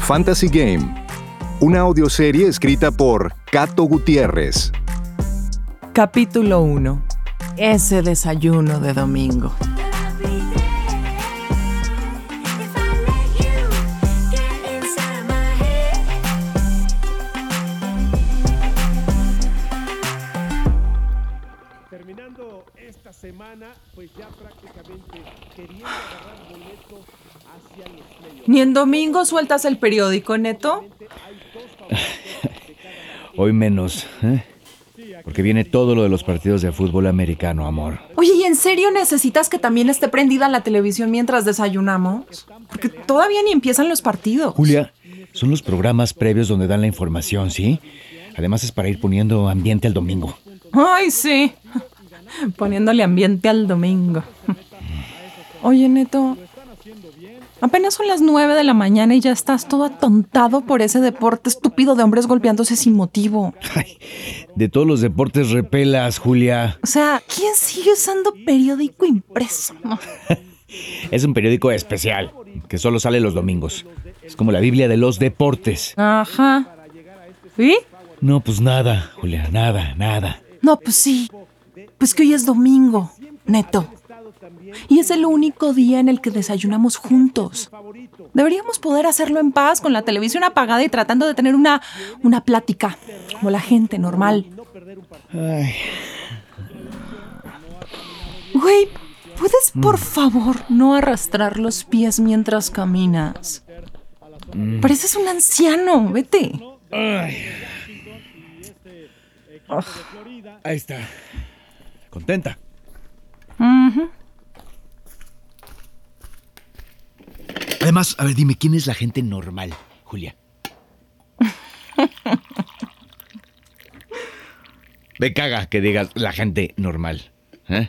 Fantasy Game, una audioserie escrita por Cato Gutiérrez. Capítulo 1. Ese desayuno de domingo. terminando esta semana, pues ya prácticamente queriendo agarrar boleto hacia los playoffs. Ni en domingo sueltas el periódico, Neto. Hoy menos, ¿eh? Porque viene todo lo de los partidos de fútbol americano, amor. Oye, ¿y en serio necesitas que también esté prendida la televisión mientras desayunamos? Porque todavía ni empiezan los partidos. Julia, son los programas previos donde dan la información, ¿sí? Además es para ir poniendo ambiente al domingo. Ay, sí. Poniéndole ambiente al domingo. Oye, Neto. Apenas son las 9 de la mañana y ya estás todo atontado por ese deporte estúpido de hombres golpeándose sin motivo. Ay, de todos los deportes repelas, Julia. O sea, ¿quién sigue usando periódico impreso? Es un periódico especial, que solo sale los domingos. Es como la Biblia de los deportes. Ajá. ¿Sí? No, pues nada, Julia, nada, nada. No, pues sí. Pues que hoy es domingo, Neto. Y es el único día en el que desayunamos juntos. Deberíamos poder hacerlo en paz, con la televisión apagada y tratando de tener una, una plática, como la gente normal. Ay, Güey, ¿puedes por favor no arrastrar los pies mientras caminas? Pareces un anciano, vete. ahí está. ¿Contenta? Además, a ver, dime, ¿quién es la gente normal, Julia? Me caga que digas la gente normal. ¿eh?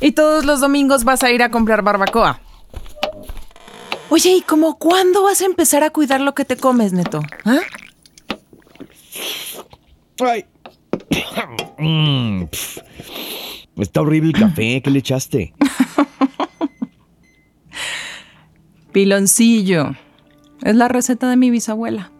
Y todos los domingos vas a ir a comprar barbacoa. Oye, ¿y cómo cuándo vas a empezar a cuidar lo que te comes, Neto? ¿Ah? Ay. Mm, pf. Está horrible el café, ¿qué le echaste? Piloncillo. Es la receta de mi bisabuela.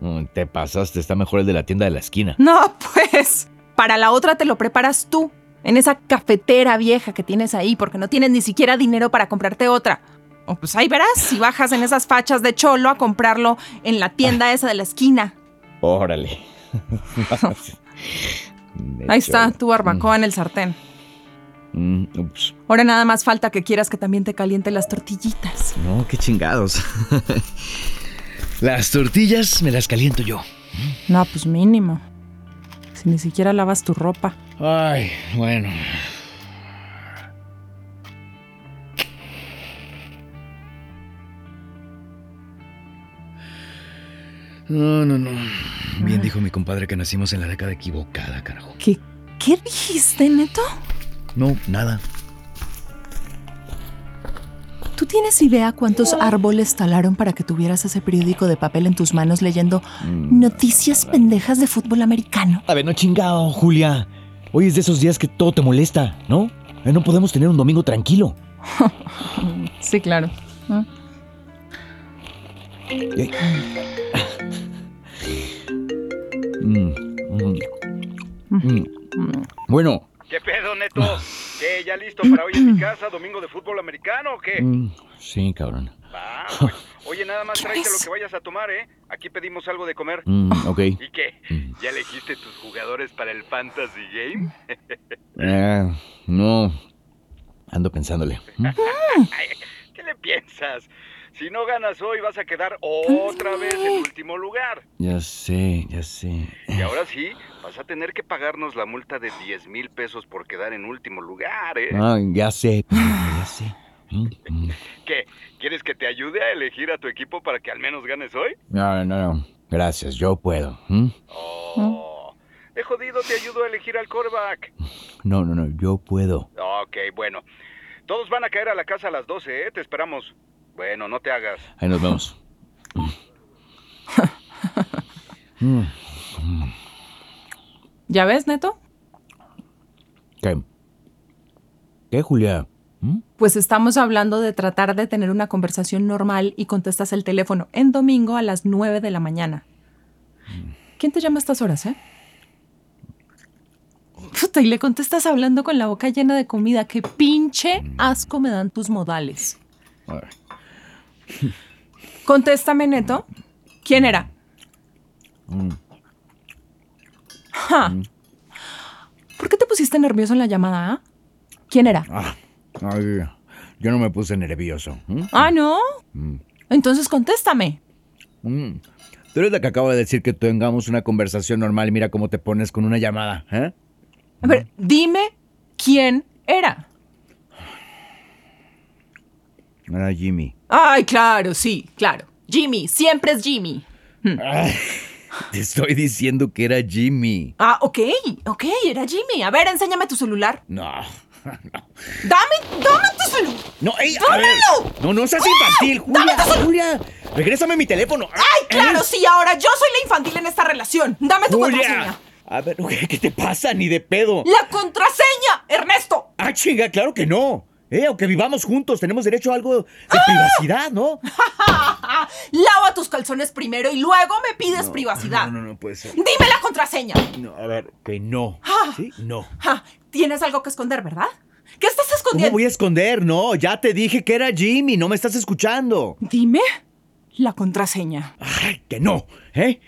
Mm, Te pasaste, está mejor el de la tienda de la esquina. No, pues. Para la otra te lo preparas tú, en esa cafetera vieja que tienes ahí, porque no tienes ni siquiera dinero para comprarte otra. O pues ahí verás si bajas en esas fachas de cholo a comprarlo en la tienda esa de la esquina. Órale. Ahí está tu barbacoa en el sartén. Mm, ups. Ahora nada más falta que quieras que también te caliente las tortillitas. No, qué chingados. las tortillas me las caliento yo. No, pues mínimo. Si ni siquiera lavas tu ropa. Ay, bueno. No, no, no. Bien dijo mi compadre que nacimos en la década equivocada, carajo. ¿Qué, qué dijiste, Neto? No, nada. ¿Tú tienes idea cuántos árboles talaron para que tuvieras ese periódico de papel en tus manos leyendo noticias pendejas de fútbol americano? A ver, no chingado, Julia. Hoy es de esos días que todo te molesta, ¿no? Eh, No podemos tener un domingo tranquilo. Sí, claro. Mm, mm, mm. Bueno, ¿Qué pedo, Neto? Ah. ¿Qué, ya listo para hoy en mi casa, domingo de fútbol americano o qué? mm, sí, cabrón. Ah, pues, oye, nada más tráete lo que vayas a tomar, ¿eh? Aquí pedimos algo de comer. Mm, ok. Mm. ¿Y qué? ¿Ya elegiste tus jugadores para el Fantasy Game? Eh, no. Ando pensándole. Mm, Ay, ¿Qué le piensas? Si no ganas hoy, vas a quedar otra vez en Mm. último lugar. Ya sé, ya sé. Y ahora sí, vas a tener que pagarnos la multa de 10 mil pesos por quedar en último lugar, ¿eh? Ah, ya sé, ya sé. Mm, mm. ¿Qué? ¿Quieres que te ayude a elegir a tu equipo para que al menos ganes hoy? No, no, no. Gracias, yo puedo. ¿Mm? Oh, de jodido te ayudo a elegir al coreback. No, no, no, yo puedo. Ok, bueno. Todos van a caer a la casa a las 12, ¿eh? Te esperamos. Bueno, no te hagas. Ahí nos vemos. ¿Ya ves, Neto? ¿Qué? ¿Qué, Julia? Pues estamos hablando de tratar de tener una conversación normal y contestas el teléfono en domingo a las 9 de la mañana. ¿Quién te llama a estas horas, eh? Puta, y le contestas hablando con la boca llena de comida. ¡Qué pinche asco me dan tus modales! Ay, Contéstame, Neto. ¿Quién era? Ja. ¿Por qué te pusiste nervioso en la llamada? ah? ¿Quién era? ah, ay, yo no me puse nervioso. Mm. ¿m? Ah, no. Entonces contéstame. Mm. Tú eres la que acaba de decir que tengamos una conversación normal y mira cómo te pones con una llamada, ¿eh? A ver, dime quién era. Era Jimmy. Ay, claro, sí, claro. Jimmy, siempre es Jimmy. Ay, te estoy diciendo que era Jimmy. Ah, ok, ok, era Jimmy. A ver, enséñame tu celular. No. No, Dame, dame tu celular. no ey, a ver. ¡Dámelo! No, no seas infantil, Julia. Julia, regrésame mi teléfono. ¿Eh? Ay, claro, sí, ahora yo soy la infantil en esta relación. Dame tu Julia. contraseña. A ver, ¿qué te pasa? Ni de pedo. La contraseña, Ernesto. Ah, chinga, claro que no. Eh, aunque vivamos juntos, tenemos derecho a algo de privacidad, ¿no? Ah, lava tus calzones primero y luego me pides privacidad. No, no, no puede ser. Dime la contraseña. No, a ver, que no. Ah. ¿Sí? No. Ja, Tienes algo que esconder, ¿verdad? ¿Qué estás ¿Cómo escondiendo? voy a esconder? No, ya te dije que era Jimmy, no me estás escuchando. Dime la contraseña. Ay, que no, ¿eh?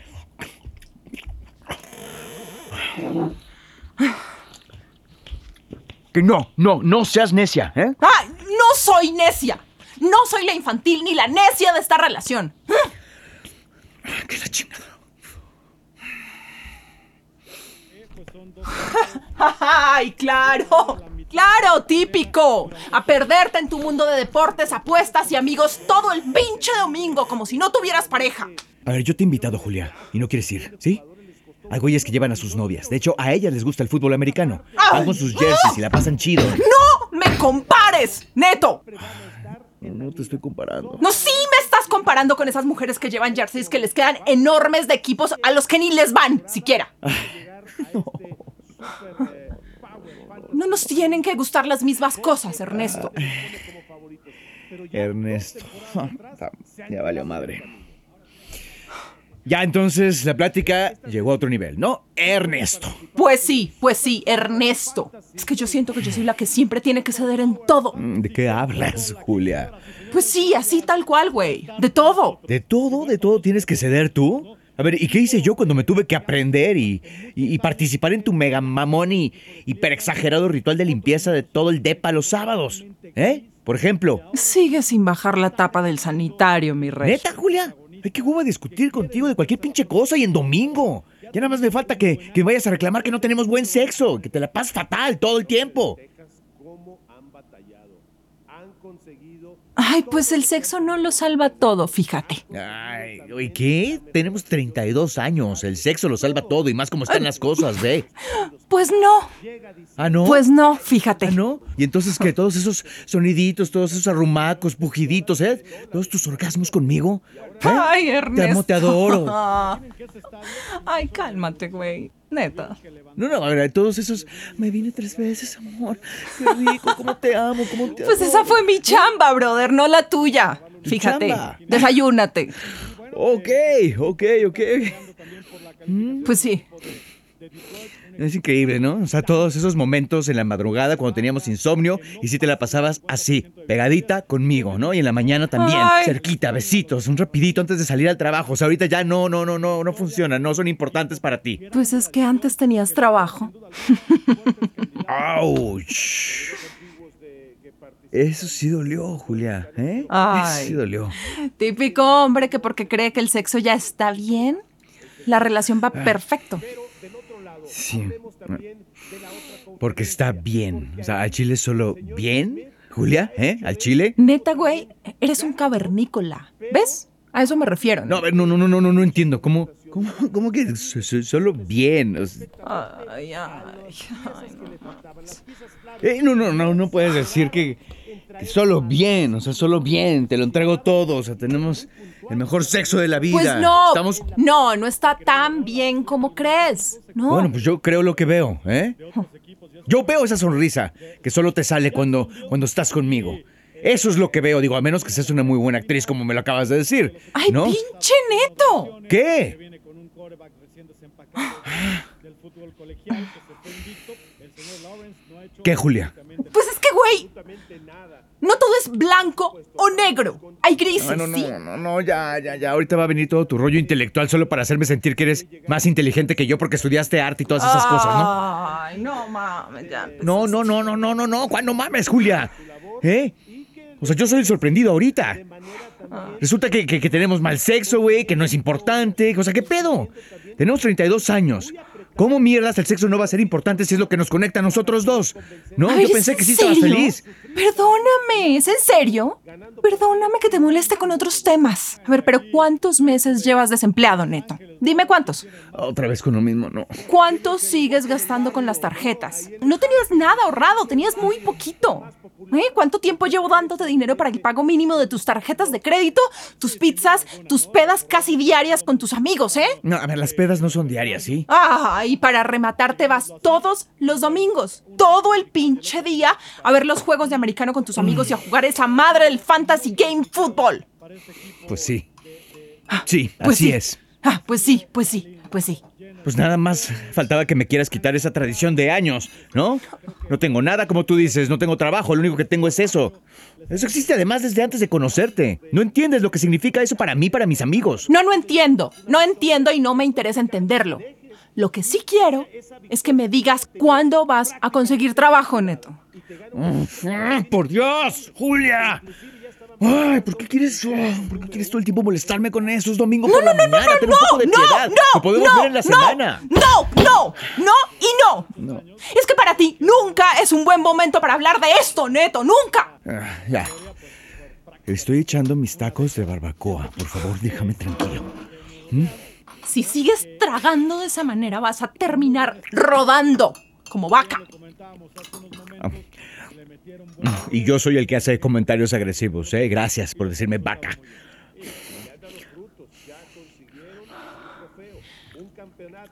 Que no, no, no seas necia, ¿eh? ¡Ay! Ah, ¡No soy necia! No soy la infantil ni la necia de esta relación. Que la chingada. ¡Ay, claro! ¡Claro, típico! A perderte en tu mundo de deportes, apuestas y amigos todo el pinche domingo, como si no tuvieras pareja. A ver, yo te he invitado, Julia, y no quieres ir, ¿sí? Hay güeyes que llevan a sus novias. De hecho, a ellas les gusta el fútbol americano. Van con sus jerseys y la pasan chido. ¡No me compares, Neto! No te estoy comparando. No, sí me estás comparando con esas mujeres que llevan jerseys que les quedan enormes de equipos a los que ni les van, siquiera. No nos tienen que gustar las mismas cosas, Ernesto. Ernesto. Ya valió madre. Ya entonces la plática llegó a otro nivel, ¿no? Ernesto. Pues sí, pues sí, Ernesto. Es que yo siento que yo soy la que siempre tiene que ceder en todo. Mm, ¿De qué hablas, Julia? Pues sí, así tal cual, güey. De todo. ¿De todo, de todo tienes que ceder tú? A ver, ¿y qué hice yo cuando me tuve que aprender y, y- y participar en tu mega mamón y hiper exagerado ritual de limpieza de todo el depa los sábados? ¿Eh? Por ejemplo. Sigue sin bajar la tapa del sanitario, mi rey. ¿Neta, Julia? Hay que hueva discutir contigo de cualquier pinche cosa y en domingo. Ya nada más me falta que, que me vayas a reclamar que no tenemos buen sexo, que te la pasas fatal todo el tiempo. Texas, cómo han batallado. Han conseguido Ay, pues el sexo no lo salva todo, fíjate. Ay, ¿y qué? Tenemos 32 años, el sexo lo salva todo y más como están las cosas, ve. Pues no, Ah, ¿no? pues no, Ah, fíjate. ¿no? Y entonces que todos esos soniditos, todos esos arrumacos, pujiditos, ¿eh? Todos tus orgasmos conmigo. ¿eh? Ay, Te amo, Ernesto. te adoro. Ay, cálmate, güey. Neta. No, no, a ver, todos esos. Me vine tres veces, amor. Qué rico, cómo te amo, cómo te Pues adoro. esa fue mi chamba, brother, no la tuya. Tu Fíjate, chamba. desayúnate. Ok, ok, ok. Pues sí. Es increíble, ¿no? O sea, todos esos momentos en la madrugada cuando teníamos insomnio y si te la pasabas así, pegadita conmigo, ¿no? Y en la mañana también, Ay. cerquita, besitos, un rapidito antes de salir al trabajo. O sea, ahorita ya no, no, no, no, no funciona, no son importantes para ti. Pues es que antes tenías trabajo. ¡Auch! Eso sí dolió, Julia, ¿eh? Eso Ay. sí dolió. Típico hombre que porque cree que el sexo ya está bien, la relación va Ah. perfecto. Sí. Porque está bien. O sea, al chile solo bien, Julia, ¿eh? Al chile. Neta, güey, eres un cavernícola. ¿Ves? A eso me refiero. No, a ver, no, no, no, no, no, no entiendo. ¿Cómo, cómo, cómo que so- so- solo bien? O sea, Ay, ay, ay, no. eh, no, no, no, no puedes decir que, que solo bien, o sea, solo bien, te lo entrego todo, o sea, tenemos el mejor sexo de la vida. Pues no, Estamos... no, no está tan bien como crees, ¿no? pues, Bueno, pues yo creo lo que veo, ¿eh? Yo veo esa sonrisa que solo te sale cuando, cuando estás conmigo. Eso es lo que veo, digo, a menos que seas una muy buena actriz, como me lo acabas de decir. ¡Ay, ¿No? pinche neto! ¿Qué? Ah. ¿Qué, Julia? Pues es que, güey, no todo es blanco o negro. Hay grises, No, no, ¿sí? no, no, no, ya, ya, ya. Ahorita va a venir todo tu rollo intelectual solo para hacerme sentir que eres más inteligente que yo porque estudiaste arte y todas esas cosas, ¿no? Ay, no mames, ya. No, no, no, no, no, no, no. Juan, no mames, Julia. ¿Eh? O sea, yo soy el sorprendido ahorita. Resulta que, que- que tenemos mal sexo, güey, que no es importante. O sea, ¿qué pedo? Tenemos 32 años. ¿Cómo mierdas el sexo no va a ser importante si es lo que nos conecta a nosotros dos? No, A ver, yo ¿es pensé que en sí estabas serio? feliz. Perdóname, ¿es en serio? Perdóname que te moleste con otros temas. A ver, pero ¿cuántos meses llevas desempleado, Neto? Dime cuántos. Otra vez con lo mismo, no. ¿Cuánto sigues gastando con las tarjetas? No tenías nada ahorrado, tenías muy poquito. ¿Eh? ¿Cuánto tiempo llevo dándote dinero para el pago mínimo de tus tarjetas de crédito, tus pizzas, tus pedas casi diarias con tus amigos, eh? No, a ver, las pedas no son diarias, ¿sí? Ah, y para rematar te vas todos los domingos, todo el pinche día, a ver los juegos de americano con tus amigos y a jugar esa madre del fantasy game fútbol. Pues sí. Sí, Pues así sí. es. Ah, pues sí, pues sí, pues sí. Pues nada más faltaba que me quieras quitar esa tradición de años, ¿no? No tengo nada, como tú dices, no tengo trabajo, lo único que tengo es eso. Eso existe además desde antes de conocerte. No entiendes lo que significa eso para mí, para mis amigos. No, no entiendo, no entiendo y no me interesa entenderlo. Lo que sí quiero es que me digas cuándo vas a conseguir trabajo, Neto. Uf, ah, ¡Por Dios, Julia! Ay, ¿por qué quieres, oh, por qué quieres todo el tiempo molestarme con eso? Es domingo por la mañana, ten un poco de no, piedad. no, Lo podemos no, ver en la no, semana. No, no, no y no. Es que para ti nunca es un buen momento para hablar de esto, Neto, nunca. Ah, ya. Estoy echando mis tacos de barbacoa. Por favor, déjame tranquilo. Si sigues tragando de esa manera vas a terminar rodando como vaca. Y yo soy el que hace comentarios agresivos, ¿eh? Gracias por decirme vaca.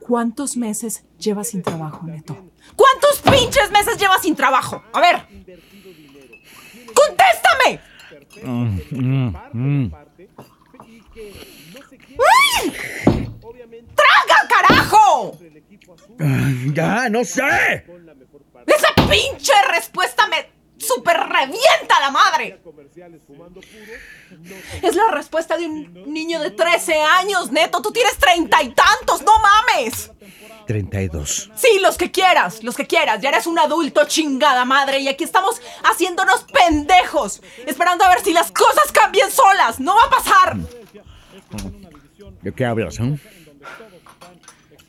¿Cuántos meses llevas sin trabajo, Neto? ¿Cuántos pinches meses llevas sin trabajo? A ver. ¡Contéstame! ¡Ay! ¡Traga, carajo! ¡Ya, no sé! ¡Esa pinche respuesta me super revienta la madre! Es la respuesta de un niño de 13 años, Neto. Tú tienes treinta y tantos, no mames. 32. Sí, los que quieras, los que quieras. Ya eres un adulto, chingada madre. Y aquí estamos haciéndonos pendejos. Esperando a ver si las cosas cambian solas. No va a pasar. ¿De qué hablas, eh?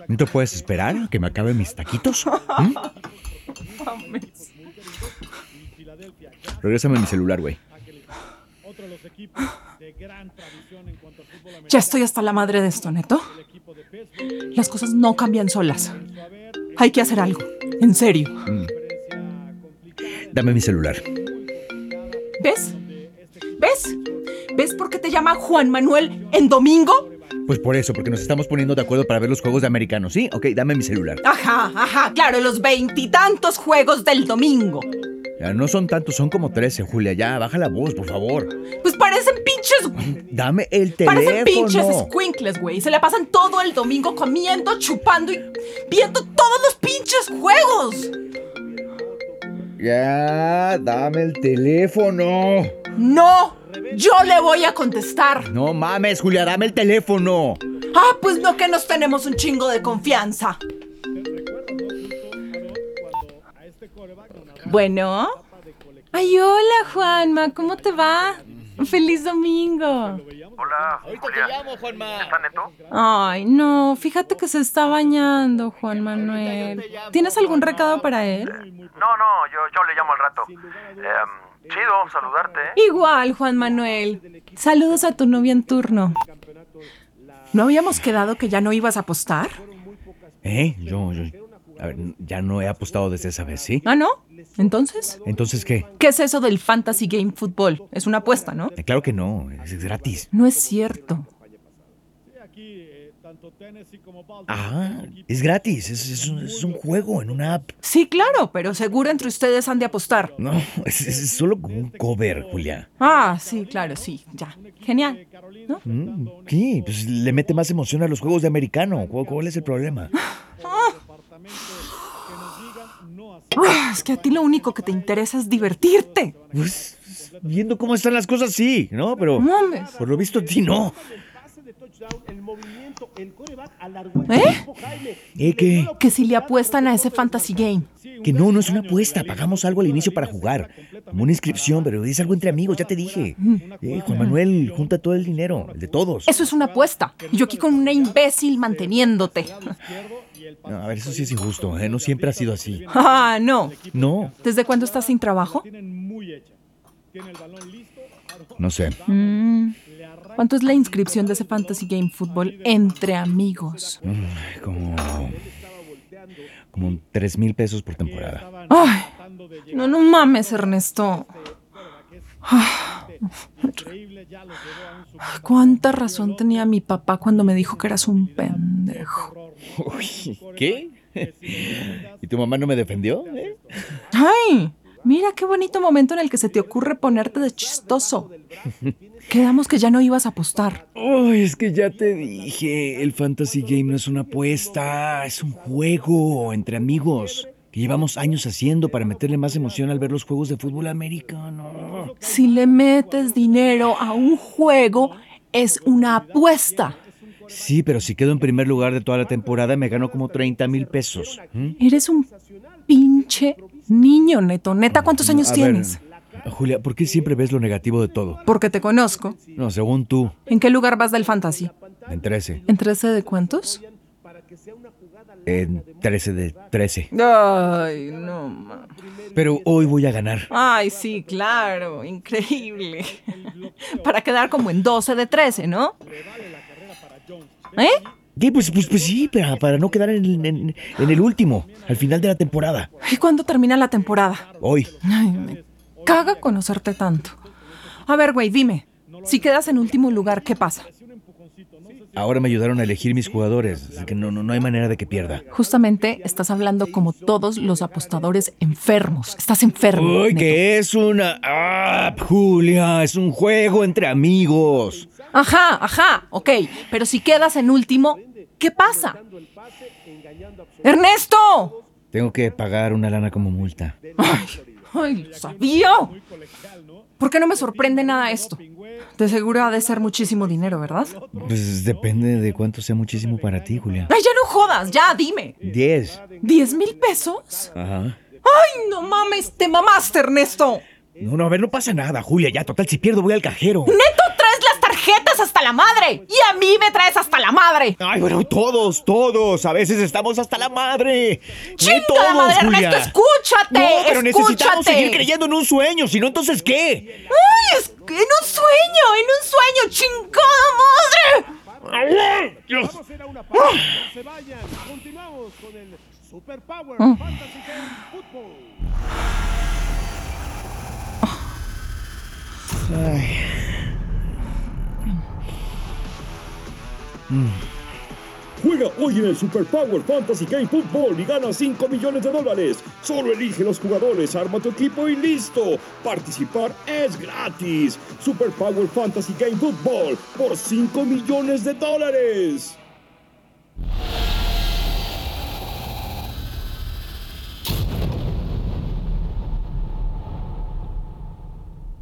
¿No te puedes esperar a que me acaben mis taquitos? ¿Mm? Regrésame mi celular, güey. Ya estoy hasta la madre de esto, Neto. Las cosas no cambian solas. Hay que hacer algo. En serio. Dame mi celular. ¿Ves? ¿Ves? ¿Ves por qué te llama Juan Manuel en domingo? Pues por eso, porque nos estamos poniendo de acuerdo para ver los juegos de americanos, ¿sí? Ok, dame mi celular. Ajá, ajá, claro, los veintitantos juegos del domingo. Ya no son tantos, son como 13, Julia. Ya, baja la voz, por favor. Pues parecen pinches. Dame el teléfono. Parecen pinches squinkles, güey. Se la pasan todo el domingo comiendo, chupando y viendo todos los pinches juegos. Ya, dame el teléfono. No, yo le voy a contestar. No mames, Julia, dame el teléfono. Ah, pues no que nos tenemos un chingo de confianza. Bueno. Ay, hola Juanma, ¿cómo te va? Feliz domingo. Hola, Julia. ¿Está Neto? Ay, no, fíjate que se está bañando Juan Manuel. ¿Tienes algún recado para él? No, no, yo, yo le llamo al rato. Em, chido, saludarte. ¿eh? Igual, Juan Manuel. Saludos a tu novia en turno. ¿No habíamos quedado que ya no ibas a apostar? ¿Eh? Yo, yo. A ver, ya no he apostado desde esa vez, ¿sí? Ah, ¿no? Entonces, Entonces, ¿qué? ¿qué es eso del fantasy game fútbol? Es una apuesta, ¿no? Eh, Claro que no, es gratis. No es cierto. Ah, es gratis, es, es un, es un juego en una app. Sí, claro, pero seguro entre ustedes han de apostar. No, es, es- es solo como un cover, Julia. Ah, sí, claro, sí, ya. Genial. ¿No? Mm, Sí, pues le mete más emoción a los juegos de americano. ¿Cu- ¿Cuál es el problema? Ah, es que a ti lo único que te interesa es divertirte. Pues, viendo cómo están las cosas, sí, ¿no? Pero No mames. por lo visto a ti no. ¿Eh? ¿Eh, qué? Que si le apuestan a ese fantasy game. Que no, no es una apuesta. Pagamos algo al inicio para jugar. Como una inscripción, pero es algo entre amigos, ya te dije. Eh, Juan Manuel, junta todo el dinero, el de todos. Eso es una apuesta. Y yo aquí con una imbécil manteniéndote. No, a ver, eso sí es injusto, ¿eh? No siempre ha sido así. Ah, no. No, ¿Desde cuándo estás sin trabajo? no sé. Mm. ¿Cuánto es la inscripción de ese fantasy game fútbol entre amigos? Mm, Como. Como 3 mil pesos por temporada. Ay, no, no mames, Ernesto. Ah, ¿Cuánta razón tenía mi papá cuando me dijo que eras un pendejo? Uy, ¿qué? ¿Y tu mamá no me defendió? eh? ¡Ay! Mira qué bonito momento en el que se te ocurre ponerte de chistoso. Quedamos que ya no ibas a apostar. Uy, es que ya te dije, el fantasy game no es una apuesta, es un juego entre amigos que llevamos años haciendo para meterle más emoción al ver los juegos de fútbol americano. Si le metes dinero a un juego, es una apuesta. Sí, pero si quedo en primer lugar de toda la temporada me gano como 30 mil pesos. ¿m? Eres un pinche niño, Neto. Neta, ¿cuántos años A ver, tienes? Julia, ¿por qué siempre ves lo negativo de todo? Porque te conozco. No, según tú, ¿En qué lugar vas del fantasy? en 13. ¿En 13 de cuántos? En 13 de 13. Ay, no. ma- Pero hoy voy a ganar. Ay, sí, claro, increíble. Para quedar como en 12 de 13, ¿no? ¿Eh? Sí, pues, pues, pues sí, para, para no quedar en, en- en el último, al final de la temporada. ¿Y cuándo termina la temporada? Hoy. Ay, me caga conocerte tanto. A ver, güey, dime. Si quedas en último lugar, ¿qué pasa? Ahora me ayudaron a elegir mis jugadores, así que no, no, no hay manera de que pierda. Justamente estás hablando como todos los apostadores enfermos. Estás enfermo. Uy, Neto. que es una app, Julia, es un juego entre amigos. Ajá, ajá, ok. Pero si quedas en último, ¿qué pasa? ¡Ernesto! Tengo que pagar una lana como multa. ¡Ay, lo sabía! ¿Por qué no me sorprende nada esto? De seguro ha de ser muchísimo dinero, ¿verdad? Pues depende de cuánto sea muchísimo para ti, Julia. ¡Ay, ya no jodas! ¡Ya, dime! 10. ¿Diez mil pesos? Ajá. ¡Ay, no mames! ¡Te mamaste, Ernesto! No, no, a ver, no pasa nada, Julia, ya, total, si pierdo voy al cajero. ¡Neto, traes las tarjetas hasta la madre! ¡Y a mí me traes hasta la madre! Ay, bueno, todos, todos, a veces estamos hasta la madre. ¡Chinga De todos, la madre, Julia. Ernesto! ¡Escúchate! No, pero necesitamos ¡Escúchate! seguir creyendo en un sueño, si no, entonces ¿qué? ¡Ay! es- ¡En un sueño! ¡En un sueño! ¡Chingada madre! Vamos a ir a una pausa, no se vayan. Continuamos con el Super Power Fantasy Game Football. Juega hoy en el Super Power Fantasy Game Football y gana 5 millones de dólares. Solo elige los jugadores, arma tu equipo y listo. Participar es gratis. Super Power Fantasy Game Football por 5 millones de dólares.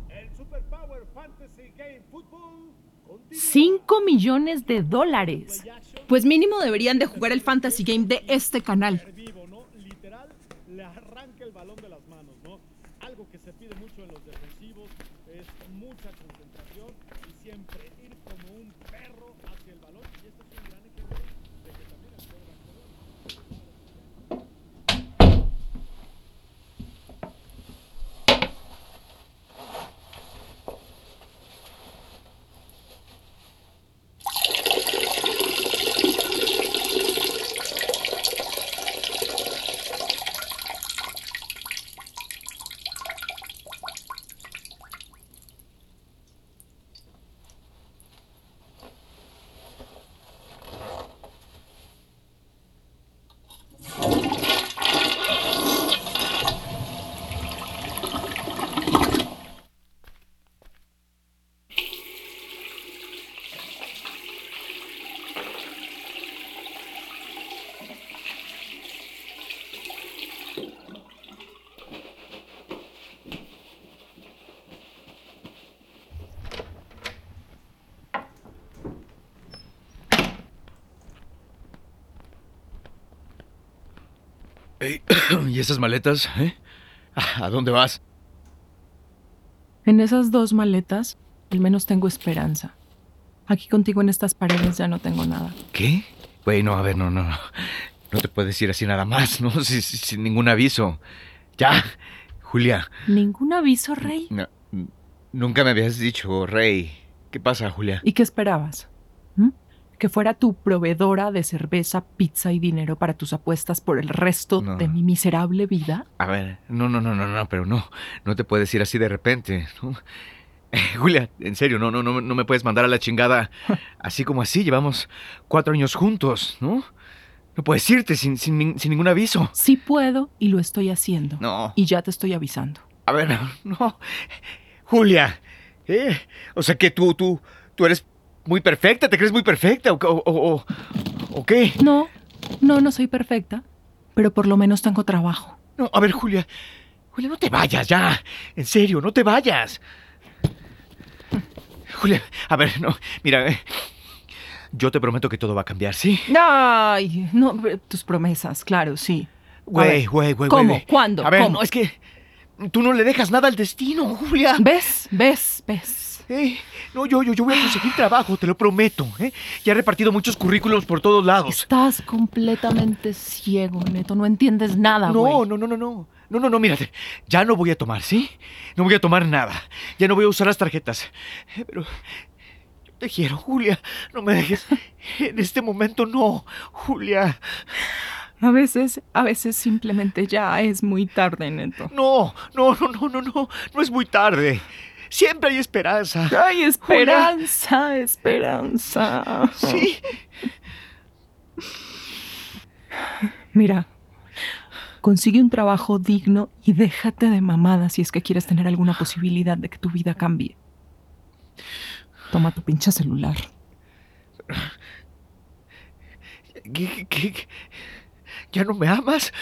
El Super Power Fantasy Game Football continúa. 5 millones de dólares. Pues mínimo deberían de jugar el fantasy game de este canal. vivo, ¿no? Literal, le arranca el balón de las manos, ¿no? Algo que se pide mucho en los defensivos es mucha concentración y siempre ir como un perro hacia el balón. Y esto es un gran ejemplo de que también el quarterback puede Ey, ¿Y esas maletas? eh? ¿A dónde vas? En esas dos maletas, al menos tengo esperanza. Aquí contigo en estas paredes ya no tengo nada. ¿Qué? Güey, no, a ver, no, no, no. No te puedes ir así nada más, ¿no? Sin, sin- sin ningún aviso. Ya, Julia. Ningún aviso, Rey. no, nunca me habías dicho, Rey. ¿Qué pasa, Julia? ¿Y qué esperabas? ¿Mm? Que fuera tu proveedora de cerveza, pizza y dinero para tus apuestas por el resto No. de mi miserable vida. A ver, no, no, no, no, no, pero no. No te puedes ir así de repente, ¿no? Eh, Julia, en serio, no, no, no, no me puedes mandar a la chingada así como así. Llevamos cuatro años juntos, ¿no? No puedes irte sin, sin nin- sin ningún aviso. Sí puedo y lo estoy haciendo. No. Y ya te estoy avisando. A ver, no. Julia, ¿eh? O sea que tú, tú, tú eres muy perfecta, ¿te crees muy perfecta? ¿O, o- o- o- o qué? No, no, no soy perfecta, pero por lo menos tengo trabajo. No, a ver, Julia. Julia, no te vayas ya. En serio, no te vayas. Julia, a ver, no. Mira, eh, yo te prometo que todo va a cambiar, ¿sí? Ay, no, eh, tus promesas, claro, sí. Güey, ver, güey, güey, ¿cómo? güey. ¿Cuándo? A ver, ¿Cómo? no, es que tú no le dejas nada al destino, Julia. ¿Ves? ¿Ves? ¿Ves? Eh, no, yo, yo, yo voy a conseguir trabajo, te lo prometo. ¿eh? Ya he repartido muchos currículums por todos lados. Estás completamente ciego, Neto. No entiendes nada, güey. No, no, no, no, no. No, no, no, mírate. Ya no voy a tomar, ¿sí? No voy a tomar nada. Ya no voy a usar las tarjetas. Eh, Pero yo te quiero, Julia. No me dejes. En este momento no, Julia. A veces, a veces simplemente ya es muy tarde, Neto. No, no, no, no, no, no. No es muy tarde. Siempre hay esperanza. Ay, esperanza, esperanza. Sí. Mira, consigue un trabajo digno y déjate de mamadas si es que quieres tener alguna posibilidad de que tu vida cambie. Toma tu pinche celular. ¿Qué, qué, qué? ya no me amas?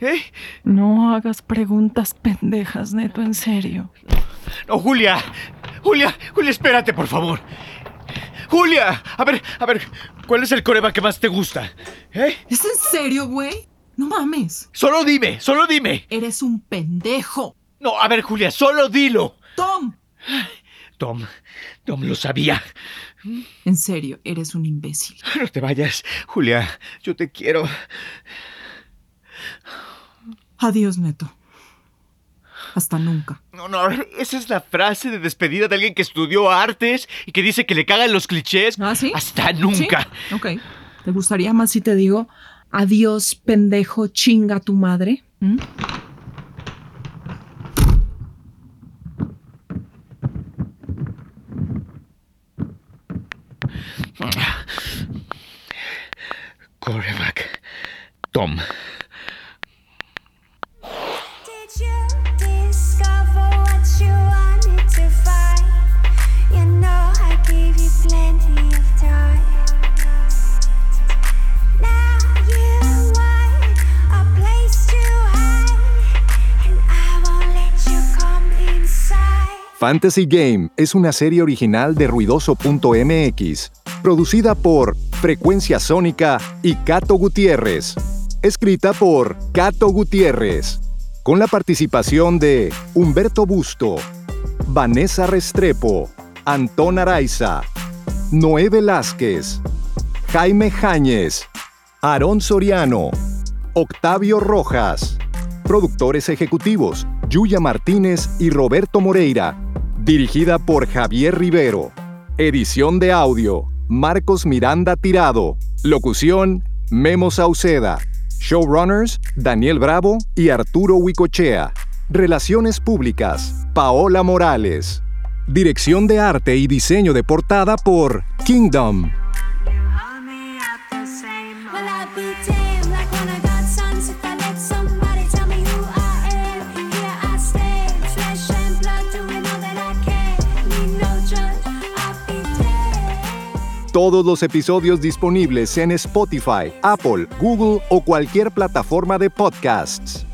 ¿Eh? No hagas preguntas pendejas, Neto, en serio. No, Oh, Julia. Julia, Julia, espérate, por favor. Julia, a ver, a ver, ¿cuál es el coreba que más te gusta? ¿Eh? ¿Es en serio, güey? No mames. Solo dime, solo dime. Eres un pendejo. No, a ver, Julia, solo dilo. Tom. Tom, Tom lo sabía. En serio, eres un imbécil. No te vayas, Julia. Yo te quiero. Adiós, Neto. Hasta nunca. No, no, a ver, esa es la frase de despedida de alguien que estudió artes y que dice que le cagan los clichés. ¿Ah, sí? Hasta nunca. ¿Sí? Ok. ¿Te gustaría más si te digo adiós, pendejo, chinga tu madre? ¿Mm? Coreback. Tom. Did you discover what you wanted to find? You know I gave you plenty of time. Now you want a place to hide, and I won't let you come inside. Fantasy Game es una serie original de ruidoso.mx, producida por Frecuencia Sónica y Cato Gutiérrez. Escrita por Cato Gutiérrez, con la participación de Humberto Busto, Vanessa Restrepo, Antón Araiza, Noé Velázquez, Jaime Jáñez, Aarón Soriano, Octavio Rojas. Productores ejecutivos, Yuya Martínez y Roberto Moreira. Dirigida por Javier Rivero. Edición de audio, Marcos Miranda Tirado. Locución, Memo Sauceda. Showrunners, Daniel Bravo y Arturo Huicochea. Relaciones públicas, Paola Morales. Dirección de arte y diseño de portada por Kingdom. Will I be damned like one of God's sons if I let somebody tell me who I am? Here I stand, flesh and blood, doing all that I can. Need no judge, I'll be there. Todos los episodios disponibles en Spotify, Apple, Google o cualquier plataforma de podcasts.